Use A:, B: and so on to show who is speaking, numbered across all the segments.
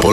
A: Pour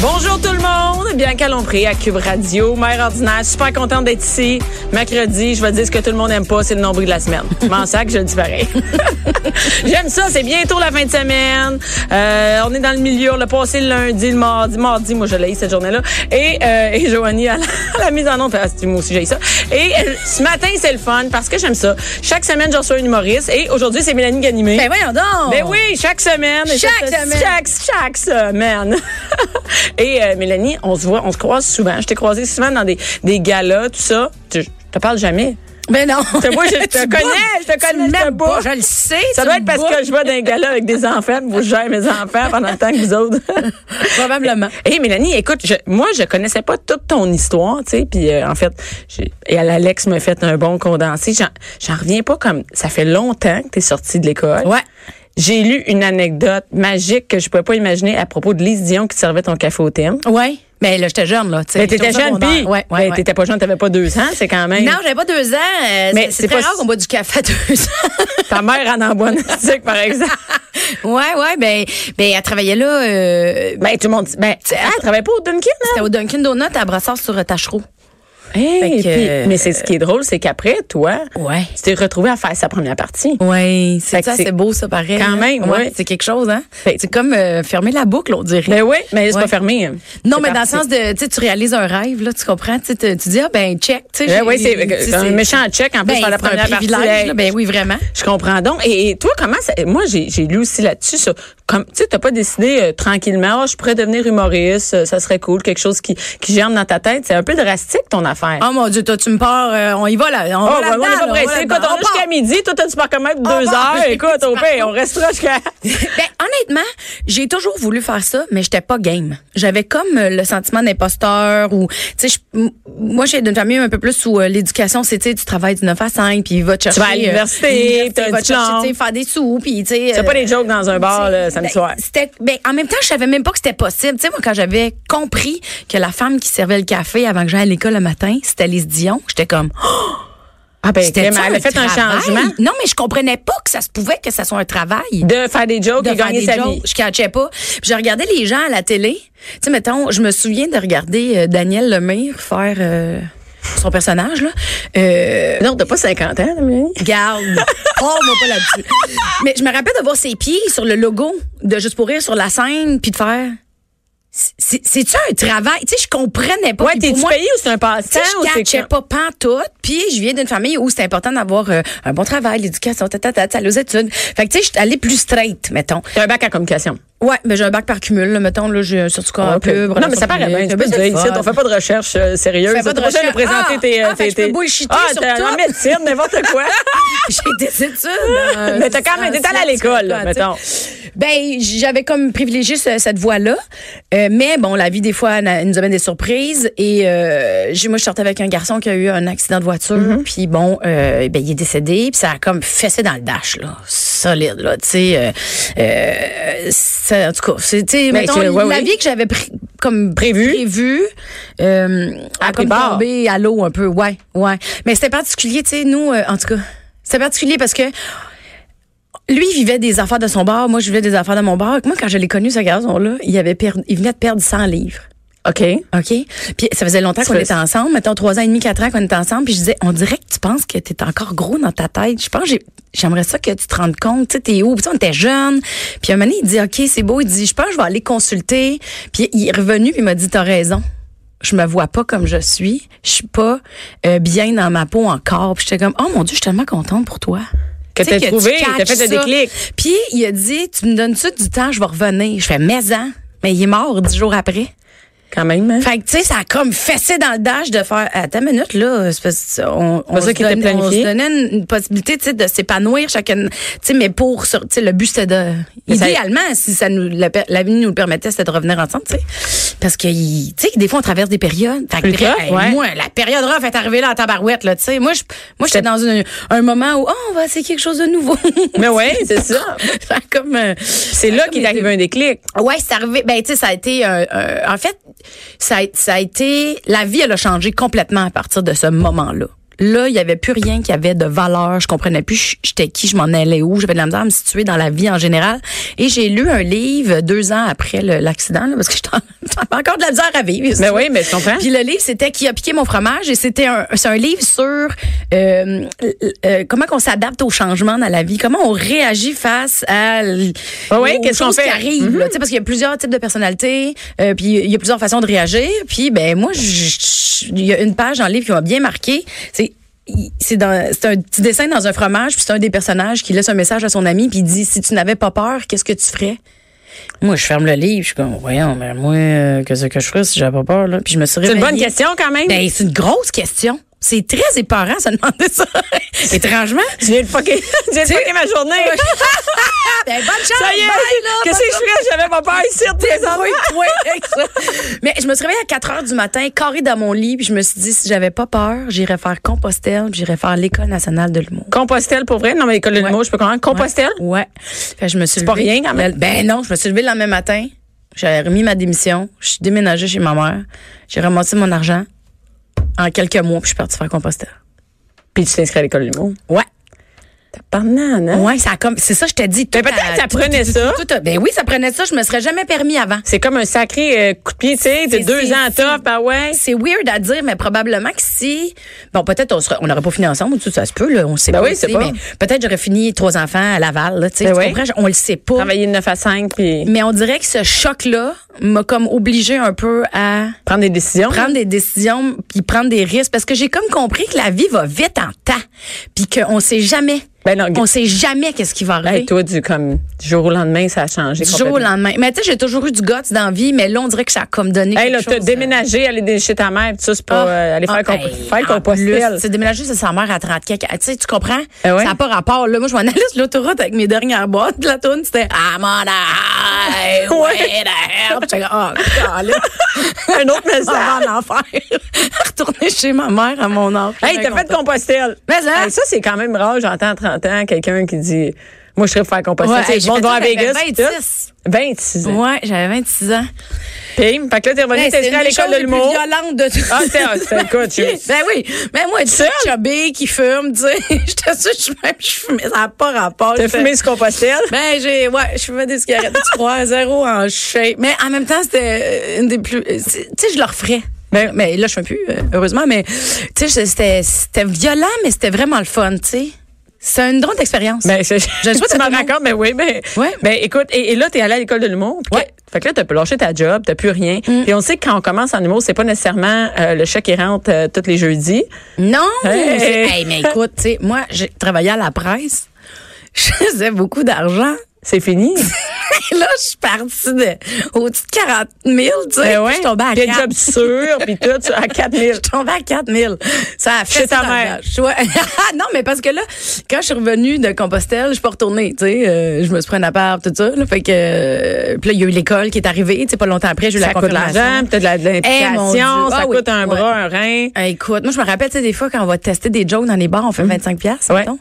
B: Bonjour tout le monde, bien Lompré à Cube Radio, Mère Ordinaire, super contente d'être ici. Mercredi, je vais dire ce que tout le monde aime pas, c'est le nombril de la semaine. Je m'en sac, je le dis pareil. J'aime ça, c'est bientôt la fin de semaine. Euh, on est dans le milieu, on l'a passé le lundi, le mardi, mardi, moi je l'ai eu cette journée-là. Et, euh, et Joanie à la, à la mise en onde, ah, c'est- moi aussi j'ai eu ça. Et euh, ce matin, c'est le fun parce que j'aime ça. Chaque semaine, je reçois une humoriste et aujourd'hui, c'est Mélanie Ganimé.
C: Ben voyons donc!
B: Ben oui, chaque semaine. Et
C: Chaque
B: cette-
C: semaine.
B: Chaque, chaque semaine. Et euh, Mélanie, on se voit, on se croise souvent. Je t'ai croisée souvent dans des, des galas, tout ça. Tu- Je te parle jamais.
C: Ben non!
B: Te- moi, je te
C: Tu
B: connais, je te
C: tu
B: connais, je te
C: m'aimes
B: bouffe.
C: pas, Je le sais!
B: Ça
C: tu
B: doit
C: me
B: être parce
C: bouffes.
B: que je vais dans un gala avec des enfants, puis vous gérez mes enfants pendant le temps que vous autres.
C: Probablement.
B: Hé, Eh, Mélanie, écoute, je- moi, je connaissais pas toute ton histoire, tu sais, puis euh, en fait, j'ai- et Alex m'a fait un bon condensé. J'en- J'en reviens pas comme... Ça fait longtemps que t'es sortie de l'école.
C: Ouais.
B: J'ai lu une anecdote magique que je pouvais pas imaginer à propos de Lise Dion qui te servait ton café au thème.
C: Ouais. Mais là, j'étais jeune, là. tu sais.
B: Mais t'étais
C: J'étais au
B: jeune,
C: secondaire.
B: puis
C: Ouais, ouais,
B: ben,
C: ouais.
B: t'étais pas jeune, t'avais pas deux ans, c'est quand même.
C: Non, j'avais pas deux ans. euh,
B: Mais
C: c'est-
B: c'est
C: c'est très
B: pas-
C: rare qu'on boit du café à deux ans.
B: Ta mère en en boit une stick, par exemple.
C: ouais, ouais, ben, ben, elle travaillait là, euh,
B: Ben, tout le monde dit, ben, tu sais, elle travaillait pas au Dunkin,
C: c'était
B: hein?
C: au Dunkin' Donut à Brassard sur euh, Tachereau.
B: Hey,
C: Fait que,
B: puis-
C: euh,
B: mais c'est ce qui est drôle, c'est qu'après, toi,
C: Ouais.
B: tu t'es retrouvé à faire sa première partie.
C: Ouais,
B: Fait
C: c'est
B: que
C: ça,
B: c'est-
C: c'est beau, ça, pareil.
B: Quand
C: hein.
B: même, ouais.
C: C'est quelque chose, hein?
B: Fait-
C: C'est comme euh, fermer la boucle, on dirait.
B: Ben oui, mais c'est
C: Ouais.
B: pas fermé. hein.
C: Non,
B: C'est
C: mais dans
B: parti.
C: le sens de, tu sais, tu réalises un rêve, là, tu comprends, tu sais, te- tu dis, ah, ben, check, tu sais.
B: Ben
C: j'ai-
B: oui, c'est-
C: tu sais,
B: c'est un méchant check, en plus,
C: ben,
B: faire la
C: c'est un
B: première partie,
C: privilège,
B: hey.
C: là, ben oui, vraiment.
B: Je comprends donc. Et, et toi, comment ça, moi, j'ai j'ai lu aussi là-dessus, ça, comme, tu sais, t'as pas décidé euh, tranquillement, oh, je pourrais devenir humoriste, euh, ça serait cool, quelque chose qui, qui germe dans ta tête. C'est un peu drastique, ton affaire.
C: Oh mon Dieu, toi, tu me pars, euh, on y va là. On
B: Oh,
C: va
B: ben,
C: là-dedans,
B: on est pas
C: là,
B: pressé.
C: va
B: Écoute,
C: là-dedans,
B: on est
C: part.
B: jusqu'à midi. Toi, tu pars quand même
C: On
B: deux
C: part.
B: heures. Écoute, au pire, on restera jusqu'à.
C: Ben, honnêtement, j'ai toujours voulu faire ça, mais j'étais pas game. J'avais comme euh, le sentiment d'imposteur ou, tu sais, je- m- moi, j'ai d'une famille un peu plus où euh, l'éducation, c'est, tu sais, tu travailles du 9 à 5, puis il va te chercher.
B: vas à l'université, t'as un
C: il va te chercher,
B: diplôme.
C: tu sais, faire des sous, puis, tu sais. euh,
B: C'est pas des jokes dans un bar,
C: tu sais,
B: le samedi
C: ben,
B: soir.
C: C'était, ben, en même temps, je savais même pas que c'était possible. Tu sais, moi, quand j'avais compris que la femme qui servait le café avant que j'aille à l'école le matin, c'était Lise Dion, j'étais comme, oh,
B: Ah, ben,
C: C'était
B: crème, elle a fait un changement
C: Non, mais je comprenais pas que ça se pouvait que ça soit un travail.
B: de faire des jokes
C: De
B: et
C: faire
B: gagner
C: des
B: sa
C: jokes.
B: vie.
C: Je catchais pas. Puis je regardais les gens à la télé. Tu sais, mettons, je me souviens de regarder euh, Daniel Lemire faire euh, son personnage, là. Euh,
B: Non, t'as pas 50 ans, là, Mélanie?
C: Garde. Oh, moi pas là-dessus. Mais je me rappelle de voir ses pieds sur le logo de Juste pour rire sur la scène, puis de faire. C'est- C'est-tu un travail? Tu sais, je comprenais pas.
B: Ouais,
C: Puis pour
B: t'es-tu
C: moi,
B: payé ou c'est un
C: tu
B: passe-temps?
C: sais,
B: ou
C: je
B: c'est
C: catchais
B: quoi?
C: pas pantoute. Puis je viens d'une famille où c'est important d'avoir euh, un bon travail, l'éducation, ta, ta, ta, ta, les études. Fait que tu sais, je suis allée plus straight, mettons.
B: T'as un bac à communication.
C: Ouais, mais j'ai un bac par cumul, là, mettons, là, j'ai un certificat en
B: Ah, Ok.
C: pub.
B: Non, mais ça
C: relations
B: paraît
C: publiques,
B: bien. Tu
C: un
B: peux
C: peu
B: dire,
C: de
B: ici,
C: fun.
B: on fait pas de recherche euh, sérieuse.
C: Fais pas de
B: T'as besoin
C: recherche.
B: présenter
C: Ah!
B: tes... euh,
C: Ah, fait
B: tes-
C: que je peux
B: tes-
C: bullshiter
B: Ah,
C: sur
B: t'es en
C: toi.
B: médecine, n'importe quoi.
C: J'ai des études. euh,
B: Mais t'as quand même... T'es allé à l'école, là,
C: tu sais.
B: mettons.
C: Ben, j'avais comme privilégié ce- cette voie-là. Euh, mais bon, la vie, des fois, na- nous amène des surprises. Et euh, j'ai- moi, je sortais avec un garçon qui a eu un accident de voiture.
B: Mm-hmm.
C: Puis bon, euh, ben, il est décédé. Puis ça a comme fessé dans le dash, là. Solide, là. Tu sais, euh, euh, ça- en tout cas, c'est, tu sais,
B: Ben,
C: mettons,
B: tu- ouais,
C: la
B: oui.
C: vie que j'avais pr- comme prévu, prévu euh, a
B: pris
C: comme
B: part.
C: tombé à l'eau un peu. Ouais, ouais. Mais c'était particulier, tu sais, nous, euh, en tout cas, c'était particulier parce que lui, il vivait des affaires de son bar. Moi, je vivais des affaires de mon bar. Moi, quand je l'ai connu, ce garçon-là, il, avait perdu, il venait de perdre 100 livres.
B: OK.
C: OK? Puis ça faisait longtemps qu'on
B: fais-
C: était ensemble. Mettons, trois ans et demi, quatre ans qu'on était ensemble. Puis je disais, on dirait que tu penses que t'es encore gros dans ta tête. Je pense que j'ai- j'aimerais ça que tu te rendes compte. Tu sais, t'es où? Puis tu sais, on était jeunes. Puis un moment donné, il dit, OK, c'est beau. Il dit, je pense que je vais aller consulter. Puis il est revenu, puis il m'a dit, t'as raison. Je me vois pas comme je suis. Je suis pas euh, bien dans ma peau encore. Puis j'étais comme, oh mon Dieu, je suis tellement contente pour toi.
B: Que
C: Tu sais,
B: t'as trouvé,
C: tu
B: t'as fait le
C: catches ça.
B: déclic.
C: Puis il a dit, tu me donnes ça du temps, je vais revenir. Je fais mes ans. Mais il est mort dix jours après.
B: Quand même, hein?
C: Fait que, tu sais, ça a comme fessé dans le dash de faire, attends une minute, là, c'est parce que on, on,
B: Pas ça
C: se
B: qui était
C: donne- on
B: planifié.
C: se donnait une, une possibilité, tu sais, de s'épanouir chacune, tu sais, mais pour, sur- tu sais, le but, c'était de,
B: Mais ça-
C: idéalement, si ça nous, la per- l'avenir nous le permettait, c'était de revenir ensemble, tu sais. Parce que, il- tu sais, des fois, on traverse des périodes. Fait que,
B: Plus
C: bref,
B: tough,
C: hey,
B: ouais.
C: moi, la période rough est arrivée là en tabarouette, là, tu sais. Moi, je, moi, j'étais dans une- un moment où, oh, on va essayer quelque chose de nouveau.
B: Mais ouais, c'est ça.
C: Fait comme, euh,
B: C'est là qu'il est
C: comme-
B: arrivé un déclic.
C: Ouais, c'est arrivé. Ben, tu sais, ça a été. euh, euh, en fait, ça a, ça a été. La vie, elle a changé complètement à partir de ce moment-là. Là, il y avait plus rien qui avait de valeur. Je comprenais plus ch- j'étais qui, je m'en allais où. J'avais de la misère à me situer dans la vie en général. Et j'ai lu un livre deux ans après le- l'accident, là, parce que j'étais en- j'avais encore de la misère à vivre.
B: Mais oui, mais je comprends.
C: Puis le livre, c'était Qui a piqué mon fromage et c'était un, c'est un livre sur euh, euh, euh, comment qu'on s'adapte aux changements dans la vie, comment on réagit face à l-
B: Ah ouais,
C: aux
B: qu'est-ce qu'on
C: choses qui
B: fait? Mm-hmm.
C: arrivent, là, tu sais, parce qu'il y a plusieurs types de personnalités, euh, puis il y a plusieurs façons de réagir, puis ben moi je- je- il y a une page dans le livre qui m'a bien marqué, c'est il- c'est dans c'est un petit dessin dans un fromage, puis c'est un des personnages qui laisse un message à son ami puis il dit si tu n'avais pas peur, qu'est-ce que tu ferais moi, je ferme le livre, je suis comme, voyons, mais moi, euh, qu'est-ce que je ferais si j'avais pas peur, là? Puis je me suis
B: C'est une bonne
C: réveillée.
B: question quand même.
C: Ben, c'est une grosse question. C'est très épeurant, ça demander ça. Étrangement.
B: tu viens de fucker, tu viens de fucker ma journée.
C: Ben, bonne chance.
B: Ça y est,
C: bye, là,
B: qu'est-ce que je fais? J'avais pas peur ici de tes enfants.
C: Débrouille-toi avec ça. Mais je me suis réveillée à 4 heures du matin, carrée dans mon lit, puis je me suis dit, si j'avais pas peur, j'irais faire Compostelle, puis j'irais faire l'École nationale de l'humour.
B: Compostelle, pour vrai? Non, mais école de
C: Ouais.
B: l'humour, je peux comprendre. Compostelle?
C: Ouais. ouais. Fait que je me suis
B: C'est pas
C: levée.
B: rien, quand même.
C: Ben non, je me suis levée le lendemain matin. J'avais remis ma démission. Je suis déménagée chez ma mère. J'ai ramassé mon argent en quelques mois, puis je suis partie faire Compostelle.
B: Puis tu t'inscris à l'école de l'humour.
C: Ouais.
B: T'as pas hein?
C: Ouais, ça a comme, c'est ça, je te dis.
B: Mais
C: tout
B: Ben, peut-être
C: a-
B: que t'apprenais
C: tout-
B: ça.
C: tout- tout a- ben oui, ça prenait ça. Je me serais jamais permis avant.
B: C'est comme un sacré euh, coup de pied, tu sais. T'as
C: C'est-
B: deux
C: c'est-
B: ans top, ah ouais.
C: C'est weird à dire, mais probablement que si, bon, peut-être on serait, on n'aurait pas fini ensemble, ou tout ça se peut, là, on sait
B: Ben
C: pas.
B: oui,
C: tu sais,
B: c'est pas.
C: mais Peut-être j'aurais fini trois enfants à Laval, là, tu sais,
B: Ben
C: tu
B: oui.
C: comprends? On le sait pas.
B: Travailler de 9 à 5 puis
C: Mais on dirait que ce choc-là m'a comme obligé un peu à
B: prendre des décisions.
C: prendre des décisions puis prendre des risques parce que j'ai comme compris que la vie va vite en temps puis qu'on sait jamais.
B: Ben non,
C: on sait jamais qu'est-ce qui va arriver.
B: Hey, toi, du, comme, du jour au lendemain, ça a changé.
C: du jour au
B: complètement.
C: lendemain. Mais tu sais, j'ai toujours eu du guts dans la vie, mais là, on dirait que ça a comme donné
B: Hey,
C: quelque
B: là,
C: chose. euh.
B: t'as déménagé, aller dé- chez ta mère, pis ça, c'est
C: Ah,
B: pas, euh, aller
C: ah,
B: faire, comp-
C: hey,
B: faire
C: en
B: compostelle.
C: plus, C'est déménager, c'est sa mère à 30 quelques. Tu sais, tu comprends?
B: Ah ouais?
C: Ça n'a pas rapport. Là, moi, je m'en allais sur l'autoroute avec mes dernières boîtes. La tourne, c'était I'm on a highway
B: Ouais.
C: to hell. Puis j'étais comme, oh, golly.
B: Un autre
C: On va
B: message.
C: en enfer. Retourner chez ma mère à mon âge.
B: Hey, t'as fait compostelle.
C: Mais hein? ça-
B: Hey, ça, c'est quand même rare. J'entends à 30 ans quelqu'un qui dit, moi, je serais pour faire compostelle.
C: Ouais,
B: Tu sais,
C: hey,
B: je
C: j'ai
B: monte
C: fait
B: voir à
C: ça, j'avais
B: Vegas.
C: 26.
B: tout. 26 ans.
C: Ouais, j'avais 26 ans.
B: Pim. Fait que là, t'es revenu,
C: Hey,
B: t'es
C: Ben, une
B: à
C: des
B: l'école
C: choses
B: de
C: les plus
B: l'humour.
C: violentes de tout.
B: Ah, c'est- ah, c'est- écoute, je-
C: Ben oui. Mais moi, tu sais, chubby qui fume, tu sais. Je t'assure, je fumais, je fumais, ça n'a pas rapport.
B: T'as
C: J'étais-
B: fumé ce compostelle.
C: Ben, j'ai, ouais, je fumais des cigarettes, tu crois, zéro en shape. Mais en même temps, c'était euh, une des plus, euh, c'est- tu sais, je le referais.
B: Ben-
C: Mais, mais là, je fume plus, euh, heureusement, mais, tu sais, c'était, c'était violent, mais c'était vraiment le fun, tu sais. C'est une drôle d'expérience.
B: Ben, je, je,
C: le souhaite
B: tu
C: à
B: m'en
C: tout le monde.
B: racontes, mais oui, mais.
C: Ouais.
B: Ben, écoute, et, et là, t'es allé à l'école de l'humour. puis
C: Ouais. Mm.
B: que- Fait que là, t'as lâché ta job, t'as plus rien. Puis on sait que quand on commence en humour, c'est pas nécessairement euh, le chèque qui rentre euh, tous les jeudis.
C: Non!
B: Hey.
C: c'est- Hey, mais écoute, tu sais, moi, j'ai travaillé à la presse. Je faisais beaucoup d'argent.
B: C'est fini.
C: Et là, je suis partie de, au-dessus de 40 000, tu sais.
B: Ben
C: puis Je suis tombée à
B: Puis
C: 4
B: un job sûr, puis tout, tu- à 4000.
C: Je suis tombée à 4000. Ça a fait
B: Chez ta
C: ça dans le
B: mère.
C: village. Ouais. non, mais parce que là, quand je suis revenue de Compostelle, je suis pas retournée, tu sais, euh, je me suis pris un appart, tout ça, là, fait que, euh, puis là, il y a eu l'école qui est arrivée, tu sais, pas longtemps après, j'ai eu
B: Ça
C: la
B: coûte de
C: confirmation.
B: l'argent, puis t'as de la- de
C: Eh, mon Dieu.
B: l'implication, ça
C: Ah oui.
B: coûte un
C: Ouais.
B: bras, un rein.
C: Ah, écoute, moi, je me rappelle, tu sais, des fois, quand on va tester des jokes dans les bars, on fait 25 piastres,
B: Mhm. Ouais.
C: mettons.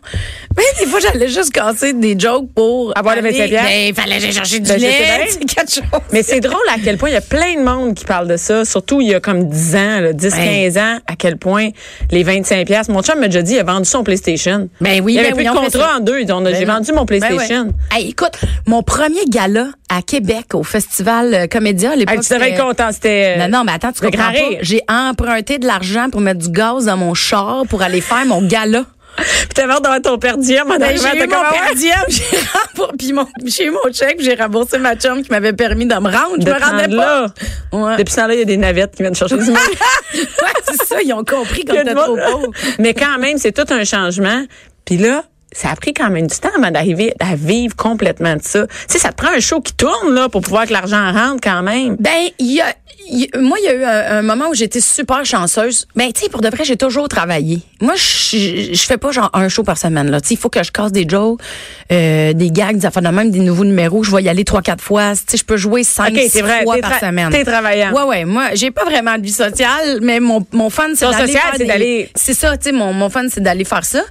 C: Mais des fois, j'allais juste casser des jokes pour...
B: Avoir le
C: aller-
B: 25 piastres.
C: Ben, il fallait aller chercher du
B: Ben, je sais
C: lait,
B: bien.
C: c'est quelque chose.
B: Mais c'est drôle à quel point il y a plein de monde qui parle de ça, surtout il y a comme 10 ans, là, 10,
C: Ouais.
B: 15 ans, à quel point les 25 pièces. Mon chum m'a déjà dit, il a vendu son PlayStation.
C: Ben oui,
B: il y avait
C: ben
B: plus de
C: oui, on fait
B: contrat
C: ça.
B: en deux. Il dit, on a- J'ai
C: Ben non.
B: vendu mon
C: Ben
B: PlayStation.
C: ouais. Hey, écoute, mon premier gala à Québec, au festival euh, Comédia, à l'époque.
B: Hey, tu devais être
C: c'était-
B: content, c'était... euh,
C: Non, non, mais attends, tu
B: le
C: comprends
B: grand
C: pas.
B: rire.
C: J'ai emprunté de l'argent pour mettre du gaz dans mon char pour aller faire mon gala.
B: Puis t'avais hâte d'avoir ton per diem en
C: Ben,
B: arrivant,
C: j'ai
B: t'as
C: eu mon
B: comme, ah,
C: per diem, j'ai remboursé- puis mon- j'ai eu mon chèque, puis j'ai remboursé ma chum qui m'avait permis de me rendre. Je
B: de
C: me
B: te
C: rendais
B: rendre
C: pas.
B: là.
C: Ouais.
B: Depuis ce temps-là, il y a des navettes qui viennent chercher du monde.
C: ouais, c'est ça, ils ont compris qu'on
B: Il y a
C: était
B: du
C: trop
B: monde.
C: pauvres.
B: Mais quand même, c'est tout un changement. Puis là, ça a pris quand même du temps avant d'arriver à vivre complètement de ça. Tu sais, ça te prend un show qui tourne, là, pour pouvoir que l'argent rentre quand même.
C: Ben, il y a, il- moi, il y a eu un, un moment où j'étais super chanceuse. Ben, tu sais, pour de vrai, j'ai toujours travaillé. Moi, je je fais pas genre un show par semaine. Là, Tu sais, il faut que je casse des jokes, euh, des gags, des affaires de même, des nouveaux numéros. Je vais y aller trois, quatre fois. Tu sais, je peux jouer cinq,
B: Ok, c'est
C: six
B: vrai,
C: fois
B: t'es
C: par
B: tra-
C: semaine.
B: t'es travaillant.
C: Ouais, ouais. Moi, j'ai pas vraiment de vie sociale, mais mon mon fun, c'est
B: Ton
C: d'aller
B: social,
C: faire
B: c'est
C: des-
B: d'aller-
C: c'est ça, tu sais, mon, mon fun, c'est d'aller faire ça.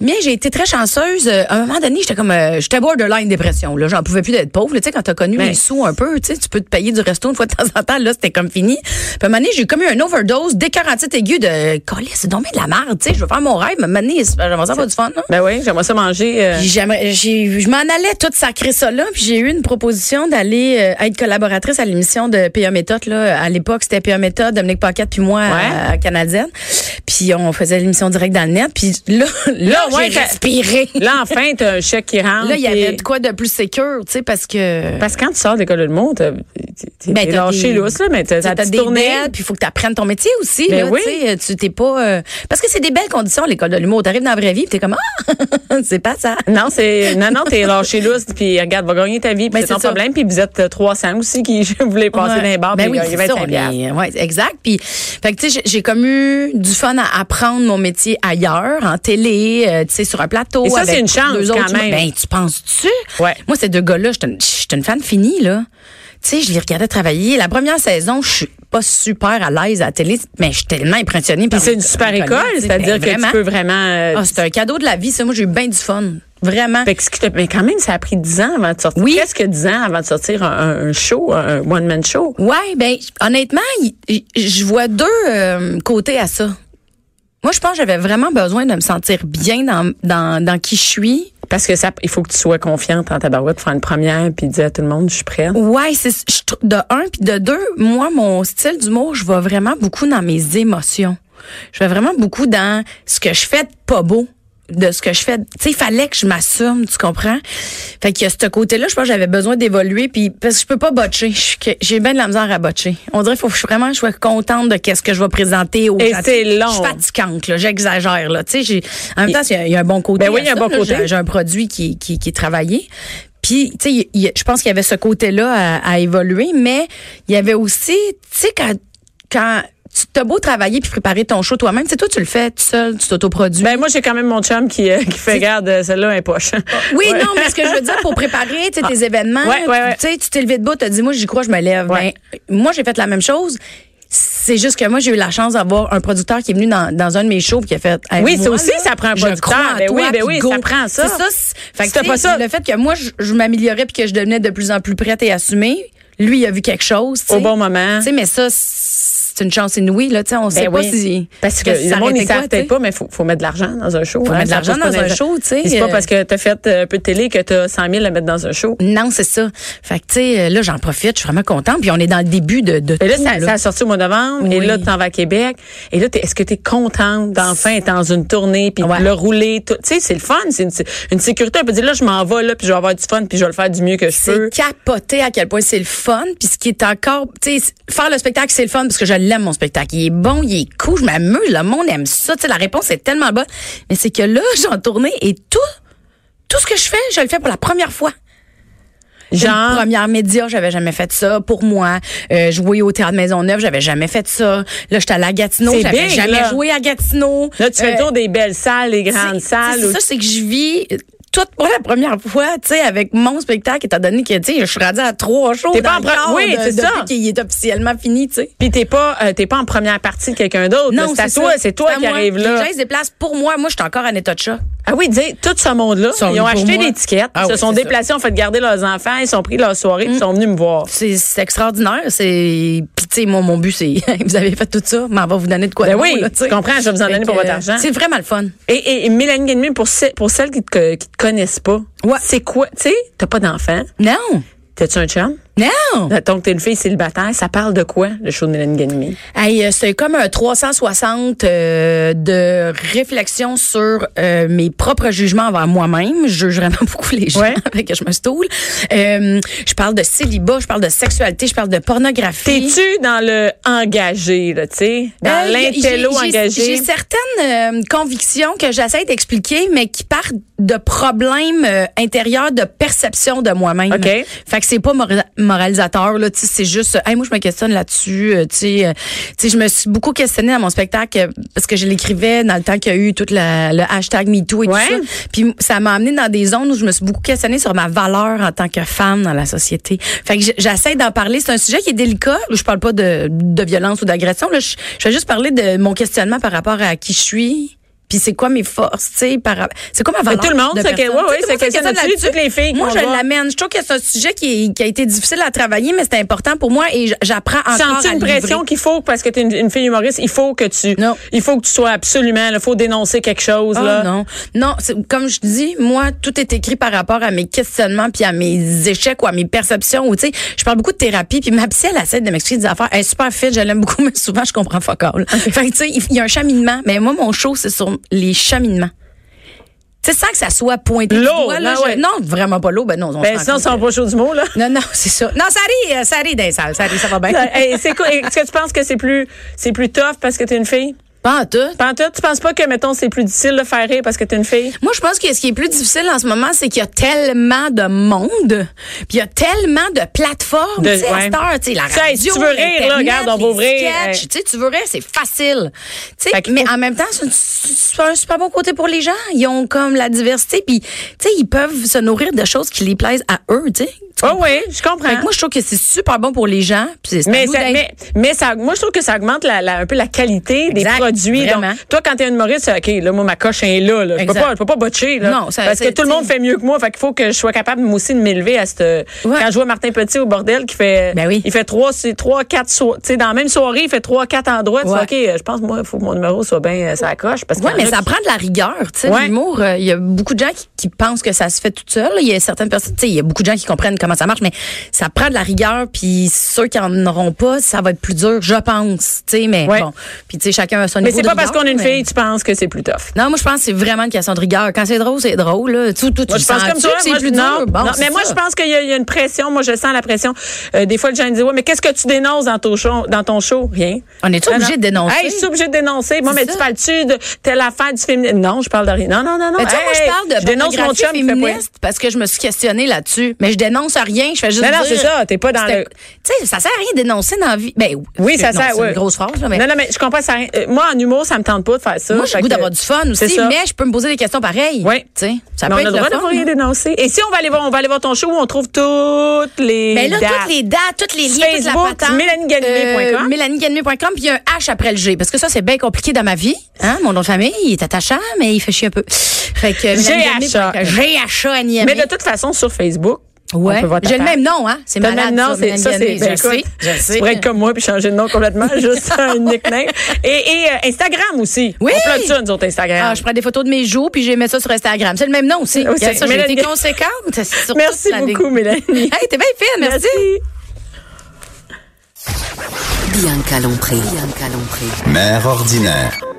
C: Mais j'ai été très chanceuse. Euh, À un moment donné, j'étais comme, euh, j'étais borderline dépression. Là, j'en pouvais plus d'être pauvre. là. Tu sais, quand t'as connu
B: Ben.
C: les sous un peu, tu sais, tu peux te payer du resto une fois de temps en temps. Là, c'était comme fini. Puis à un moment donné, j'ai eu comme eu un overdose d'écarantite aiguë de, colis, c'est donc bien de la merde. Tu sais, je veux faire mon rêve. Mais à un moment donné, j'aimerais ça avoir du fun. là.
B: Ben oui, j'aimerais ça manger. euh,
C: Puis j'aimerais- j'ai- je m'en allais toute sacrée ça là, puis j'ai eu une proposition d'aller euh, être collaboratrice à l'émission de PA Méthode là. À l'époque, c'était PA Méthode, Dominique Paquette puis moi à, à Canadienne. Puis on faisait l'émission direct dans le net, puis là là,
B: ouais,
C: j'ai
B: t'as-
C: respiré.
B: là, enfin, t'as un chèque qui rentre.
C: Là, il y
B: puis-
C: avait de quoi de plus sécure, tu sais parce que
B: Parce que quand tu sors de l'école de l'humour, t'as- t'es t'es
C: Ben, t'as
B: lâché
C: des-
B: lousse, là, mais t'as
C: t'as
B: ta petite
C: des
B: tournée.
C: dettes, puis il faut que tu apprennes ton métier aussi.
B: Ben
C: là,
B: oui.
C: tu sais, Tu t'es pas. euh, parce que c'est des belles conditions, l'école de l'humour. T'arrives dans la vraie vie, puis t'es comme Ah! c'est pas ça.
B: Non, c'est non non, t'es lâché lousse puis regarde, va gagner ta vie, puis
C: Ben,
B: c'est ton
C: c'est ça.
B: problème, puis vous êtes euh, 300 aussi qui voulaient passer
C: Ouais.
B: dans les bars,
C: ben
B: puis
C: oui,
B: gagner
C: c'est ça,
B: 25
C: on est- ouais, exact. Puis, fait que, tu sais, j'ai- j'ai comme eu du fun à apprendre mon métier ailleurs, en télé, euh, tu sais, sur un plateau.
B: Et ça,
C: avec
B: c'est une chance,
C: deux
B: quand
C: autres humains.
B: même.
C: Ben, tu penses-tu?
B: Ouais.
C: Moi, ces deux gars-là, j'étais une- j'étais une fan finie, là. Tu sais, je les regardais travailler. La première saison, je suis pas super à l'aise à la télé, mais je suis tellement impressionnée par
B: Puis c'est
C: les-
B: une super
C: les
B: école,
C: collègues, tu sais,
B: c'est-à-dire
C: ben,
B: que tu
C: vraiment.
B: peux vraiment euh,
C: Ah, c'est un cadeau de la vie, ça. Moi, j'ai eu bien du fun. Vraiment.
B: Fait que ce qui te- mais quand même, ça a pris 10 ans avant de sortir.
C: Oui.
B: Presque 10 ans avant de sortir un, un- un show, un one-man show.
C: Ouais, ben j- honnêtement, y- j- je vois deux euh, côtés à ça. Moi, je pense que j'avais vraiment besoin de me sentir bien dans, dans, dans qui je suis.
B: Parce que ça, il faut que tu sois confiante en ta barouette pour faire une première puis dire à tout le monde, je suis prête.
C: Ouais, c'est je trou- de un puis de deux. Moi, mon style d'humour, je vais vraiment beaucoup dans mes émotions. Je vais vraiment beaucoup dans ce que je fais de pas beau, de ce que je fais. de- Tu sais, il fallait que je m'assume, tu comprends Fait que ce côté-là, je pense que j'avais besoin d'évoluer puis parce que je peux pas botcher. Je suis que- J'ai bien de la misère à botcher. On dirait faut que je vraiment je sois contente de qu'est-ce que je vais présenter aux
B: Et
C: gens.
B: c'est long.
C: Je suis fatigante là, j'exagère là. Tu sais, j'ai en même temps, il y a- il y, a un bon côté.
B: Ben oui,
C: à
B: il y a un
C: ça,
B: bon
C: là.
B: côté.
C: J'ai- j'ai un produit qui, qui, qui est travaillé. Puis, tu sais, il- il- je pense qu'il y avait ce côté-là à, à évoluer, mais il y avait aussi, tu sais, quand, quand tu t'as beau travailler puis préparer ton show toi-même, tu sais, toi, tu le fais tout seul, tu t'autoproduis.
B: Ben moi, j'ai quand même mon chum qui, euh, qui fait, regarde, euh, celle-là, elle est poche.
C: Oh, oui,
B: Ouais. Ah.
C: non, mais ce que je veux dire, pour préparer tu sais, tes événements,
B: Ouais, ouais, ouais.
C: tu sais, tu t'es levé debout, tu as dit, moi, j'y crois, je me lève.
B: Ouais.
C: Ben, moi, j'ai fait la même chose. C'est juste que moi, j'ai eu la chance d'avoir un producteur qui est venu dans, dans un de mes shows puis qui a fait. Hey,
B: Oui,
C: moi,
B: ça aussi,
C: là,
B: ça prend un
C: je
B: producteur.
C: crois en
B: Ben
C: toi,
B: oui, ben
C: puis
B: oui,
C: go.
B: ça prend ça.
C: C'est ça. c'est- Fait
B: Si
C: que,
B: t'as
C: tu
B: pas
C: sais,
B: ça-
C: Le fait que moi, je, je m'améliorais puis que je devenais de plus en plus prête et assumée, lui, il a vu quelque chose. tu
B: Au
C: sais.
B: bon moment.
C: Tu sais, mais ça, c'est une chance inouïe, là. Tu sais, on sait
B: Ben
C: pas
B: oui.
C: si.
B: Parce que,
C: qu'est-ce qui
B: le monde,
C: s'arrêtait
B: ils
C: quoi,
B: savent
C: tu sais.
B: peut-être pas, mais faut, faut mettre de l'argent dans un show. hein. Faut
C: mettre de l'argent dans un show, tu sais.
B: C'est pas
C: Euh,
B: parce que t'as fait euh, un peu de télé que t'as 100 000 à mettre dans un show.
C: Non, c'est ça. Fait que, tu sais, euh, là, j'en profite. Je suis vraiment contente. Puis on est dans le début de, de
B: Et là,
C: tout,
B: ça, ça a sorti au mois de novembre. Et
C: Oui.
B: là, tu t'en vas à Québec. Et là, t'es- est-ce que tu es contente d'enfin être dans une tournée puis
C: Ouais.
B: le rouler? tout- Tu sais, c'est le fun. C'est une, une sécurité. On peut dire, là, je m'en vais, là, puis je vais avoir du fun, puis je vais le faire du mieux que je
C: C'est
B: peux.
C: capoté à quel point c'est le fun. Puis ce qui est encore, tu sais, faire le spectacle, c'est le fun parce que je l'aime, mon spectacle. Il est bon, il est cool, je m'amuse, le monde aime ça. Tu sais, la réponse est tellement bonne. Mais c'est que là, j'en tournée et tout, tout ce que je fais, je le fais pour la première fois. Une
B: Genre,
C: première média, j'avais jamais fait ça pour moi. Euh, jouer au théâtre Maisonneuve, j'avais jamais fait ça. Là, j'étais allée à Gatineau,
B: C'est
C: j'avais
B: big,
C: jamais
B: là.
C: joué à Gatineau.
B: là, tu fais le
C: Euh,
B: tour des belles salles, des
C: c'est-
B: grandes salles.
C: c'est Ça, c'est que je vis tout pour la première fois, tu sais, avec mon spectacle, étant donné que, tu sais, je suis rendue à trois jours.
B: T'es pas
C: dans
B: en
C: le
B: pre-
C: corps
B: oui,
C: de-
B: c'est
C: depuis
B: ça.
C: qu'il est officiellement fini, tu sais.
B: Puis t'es pas, euh, t'es pas en première partie de quelqu'un d'autre. là. c'est à toi,
C: ça.
B: c'est toi
C: à
B: qui
C: moi.
B: arrive là.
C: Les gens, ils se déplacent pour moi. Moi, je suis encore en état de chat.
B: Ah oui, dis, tout ce monde-là,
C: Sont
B: ils ont
C: venus pour
B: acheté
C: moi.
B: des tickets,
C: Ah
B: ils se sont
C: oui, c'est ça. Mm.
B: déplacés, ont fait garder leurs enfants, ils sont pris leur soirée, puis ils sont venus me voir.
C: C'est c'est extraordinaire. C'est, puis tu sais, moi, mon but, c'est, vous avez fait tout ça, mais on va vous donner de quoi.
B: Ben
C: de
B: oui,
C: beau, là, tu sais.
B: je comprends, je vais vous en
C: Fait
B: donner pour
C: que,
B: votre argent.
C: C'est vraiment le fun.
B: Et, et, et Mélanie Ganimé, pour, ce- pour celles qui te, qui te connaissent pas,
C: Ouais.
B: c'est quoi? Tu sais, t'as pas d'enfant,
C: Non.
B: t'as-tu un chum?
C: Non!
B: Mettons que t'es une fille célibataire, ça parle de quoi, le show de Mélanie Ganimé?
C: Hey, euh, c'est comme un 360 euh, de réflexion sur euh, mes propres jugements envers moi-même. Je juge vraiment beaucoup les gens
B: Ouais.
C: avec que je me stoule. Euh, je parle de célibat, je parle de sexualité, je parle de pornographie.
B: T'es-tu dans le engagé, là, tu sais? Dans
C: Hey,
B: l'intello
C: Ben, j'ai- j'ai-
B: engagé?
C: J'ai certaines euh, convictions que j'essaie d'expliquer, mais qui partent de problèmes euh, intérieurs, de perception de moi-même.
B: OK.
C: Fait que c'est pas mora- moralisateur là, tu sais, c'est juste, euh, hey, moi je me questionne là-dessus, euh, tu sais, euh, tu sais, je me suis beaucoup questionnée à mon spectacle euh, parce que je l'écrivais dans le temps qu'il y a eu tout la- le hashtag #MeToo et
B: Ouais.
C: tout ça. Puis ça m'a amené dans des zones où je me suis beaucoup questionnée sur ma valeur en tant que femme dans la société. Fait que j- j'essaie d'en parler. C'est un sujet qui est délicat. Je parle pas de, de violence ou d'agression. là. Je, je vais juste parler de mon questionnement par rapport à qui je suis. Puis c'est quoi mes forces, tu sais, par rapport- c'est quoi ma
B: Mais
C: valeur
B: tout le monde
C: de
B: se que-
C: personne?
B: ouais, ouais, se
C: Tu sais, tout le monde se
B: questionne
C: questionne
B: là-dessus, toutes les filles
C: Moi,
B: qu'on
C: je
B: voit.
C: l'amène. Je trouve que c'est un sujet qui, est- qui a été difficile à travailler, mais c'est important pour moi et j- j'apprends encore
B: Sens-tu
C: à
B: une
C: le
B: pression
C: livrer.
B: qu'il faut parce que t'es une, une fille humoriste, il faut que tu,
C: Non.
B: il faut que tu sois absolument, il faut dénoncer quelque chose
C: Ah,
B: là.
C: non, non, c'est- comme je dis, moi, tout est écrit par rapport à mes questionnements puis à mes échecs ou à mes perceptions. Ou tu sais, je parle beaucoup de thérapie puis ma psy elle essaie de m'expliquer des affaires. Elle est super fit, je l'aime beaucoup, mais souvent je comprends fuck all. Fait que, tu sais, il il y a un cheminement. Mais moi, mon show, c'est sur les cheminements. Tu sais, sans que ça soit pointé. du
B: L'eau,
C: doigt, là,
B: ben
C: je-
B: ouais.
C: non, vraiment pas l'eau. Ben non, on
B: Ben
C: s'en
B: sinon,
C: compte.
B: ça va pas chaud du mot là.
C: Non, non, c'est ça. Non, ça rit, euh, ça rit dans les salles, ça rit, ça va bien.
B: Hey, c'est quoi- Est-ce que tu penses que c'est plus, c'est plus tough parce que t'es une fille?
C: Pas en tout.
B: Pendant tout, tu penses pas que, mettons, c'est plus difficile de faire rire parce que t'es une fille?
C: Moi, je pense que ce qui est plus difficile en ce moment, c'est qu'il y a tellement de monde, puis il y a tellement de plateformes,
B: De-
C: tu sais, à
B: ouais.
C: cette heure, tu sais, la
B: Tu sais,
C: radio,
B: si tu veux rire, là,
C: l'Internet,
B: regarde, on va
C: les
B: ouvrir,
C: sketchs,
B: hey.
C: tu sais, tu veux rire, c'est facile. Tu
B: Fait
C: sais,
B: qu'il
C: mais
B: faut-
C: en même temps, c'est un- c'est un super bon côté pour les gens. Ils ont comme la diversité, puis tu sais, ils peuvent se nourrir de choses qui les plaisent à eux, tu sais. Tu
B: Oh
C: comprends?
B: oui, je comprends.
C: Fait que moi, je trouve que c'est super bon pour les gens. Puis c'est à
B: mais
C: nous
B: ça,
C: d'être-
B: mais, mais ça, moi, je trouve que ça augmente la, la- un peu la qualité des
C: Exact,
B: produits. Donc,
C: vraiment.
B: toi, quand t'es une humoriste, c'est, OK, là, moi, ma coche est là, là. Je peux
C: Exact.
B: pas, je peux pas botcher, là.
C: Non, ça-
B: Parce que
C: c'est-
B: tout le monde fait mieux que moi. Fait qu'il faut que je sois capable, moi aussi, de m'élever à cette, quand je vois Martin Petit au bordel, qui fait,
C: Ben oui.
B: il fait trois, c'est trois, quatre, so- tu sais, dans la même soirée, il fait trois, quatre endroits. Tu
C: Ouais.
B: fais, OK, je pense, moi, il faut que mon numéro soit bien, euh, ça coche. Parce que
C: Oui, mais ça prend de la rigueur, tu sais,
B: Ouais.
C: l'humour. euh, Il y a beaucoup de gens qui, qui pensent que ça se fait tout seul. Il y a certaines personnes, tu sais, il y a beaucoup de gens qui comprennent comment ça marche, mais ça prend de la rigueur. Puis ceux qui en auront pas, ça va être plus dur, je pense, tu sais. Mais
B: Ouais.
C: bon, puis tu sais, chacun a son
B: Mais
C: niveau
B: c'est
C: de
B: pas parce
C: rigueur,
B: qu'on est une
C: mais-
B: fille, tu penses que c'est plus tough.
C: Non, moi je pense que c'est vraiment une question de rigueur. Quand c'est drôle, c'est drôle. Là. Tout, tout,
B: Moi, je pense comme toi. Moi,
C: c'est
B: je-
C: plus
B: non,
C: dur. Bon,
B: non,
C: c'est
B: mais moi,
C: ça.
B: je pense qu'il y, a- il y a une pression. Moi, je sens la pression. Euh, des fois, le gens disent, ouais, mais qu'est-ce que tu dénonces dans ton show? Dans ton show? Rien.
C: On est-tu
B: Non,
C: obligé
B: non.
C: de dénoncer?
B: Hey, je suis obligée de dénoncer. Moi,
C: C'est
B: mais
C: ça.
B: tu parles-tu de telle affaire du féminisme? Non, je parle de rien. Non, non, non, non.
C: Mais tu sais, moi,
B: Hey,
C: je parle de
B: dénonce mon
C: pornographie
B: chum, il fait pas-
C: féministe parce que je me suis questionnée là-dessus. Mais je dénonce rien. Je fais juste
B: Non, non,
C: dire-
B: c'est ça, t'es pas dans
C: C'était-
B: le-
C: Tu sais, ça sert à rien de dénoncer dans la vie. Ben
B: Oui, ça
C: non,
B: sert.
C: C'est
B: ouais.
C: une grosse phrase, là, mais...
B: Non, non, mais je comprends. Ça, euh, moi, en humour, ça me tente pas de faire ça.
C: Moi, j'ai
B: Fait
C: le goût
B: que-
C: d'avoir du fun
B: c'est
C: aussi,
B: ça.
C: mais je peux me poser des questions pareilles.
B: Oui.
C: Tu sais, ça
B: Mais
C: peut
B: on a
C: être
B: le droit
C: fun,
B: d'avoir rien
C: hein.
B: dénoncer. Et si on va aller voir, on va aller voir ton show où on trouve toutes les.
C: Ben là,
B: dates.
C: toutes les dates, toutes les liens, toute la
B: Facebook,
C: patente.
B: melanieganimé.com.
C: Euh, melanieganimé.com, puis il y a un H après le G, parce que ça, c'est bien compliqué dans ma vie. Hein? Mon nom de famille, il est attachant, mais il fait chier un peu. Fait que
B: GHA.
C: GHA
B: Mais de toute façon, sur Facebook, on
C: Ouais.
B: peut voir ta
C: J'ai le
B: page.
C: même nom, hein? C'est
B: T'as
C: malade,
B: le même nom,
C: ça,
B: c'est ça, c'est
C: Mélanie
B: ben,
C: Ganimé. Je
B: écoute,
C: sais, je
B: Tu
C: sais.
B: pourrais être comme moi puis changer de nom complètement, juste un nickname. Et, et, euh, Instagram aussi.
C: Oui!
B: On plug ça, nous autres, Instagram.
C: Ah, je prends des photos de mes joues, puis je les mets ça sur Instagram. C'est le même nom aussi.
B: Oui, c'est
C: Regarde ça, j'ai
B: Mélanie-
C: été conséquente. sur
B: Merci
C: toute la ligne.
B: beaucoup, Mélanie.
C: Hey, t'es bien fine, merci.
D: Bianca Lompré. Bianca Lompré.
A: Mère ordinaire.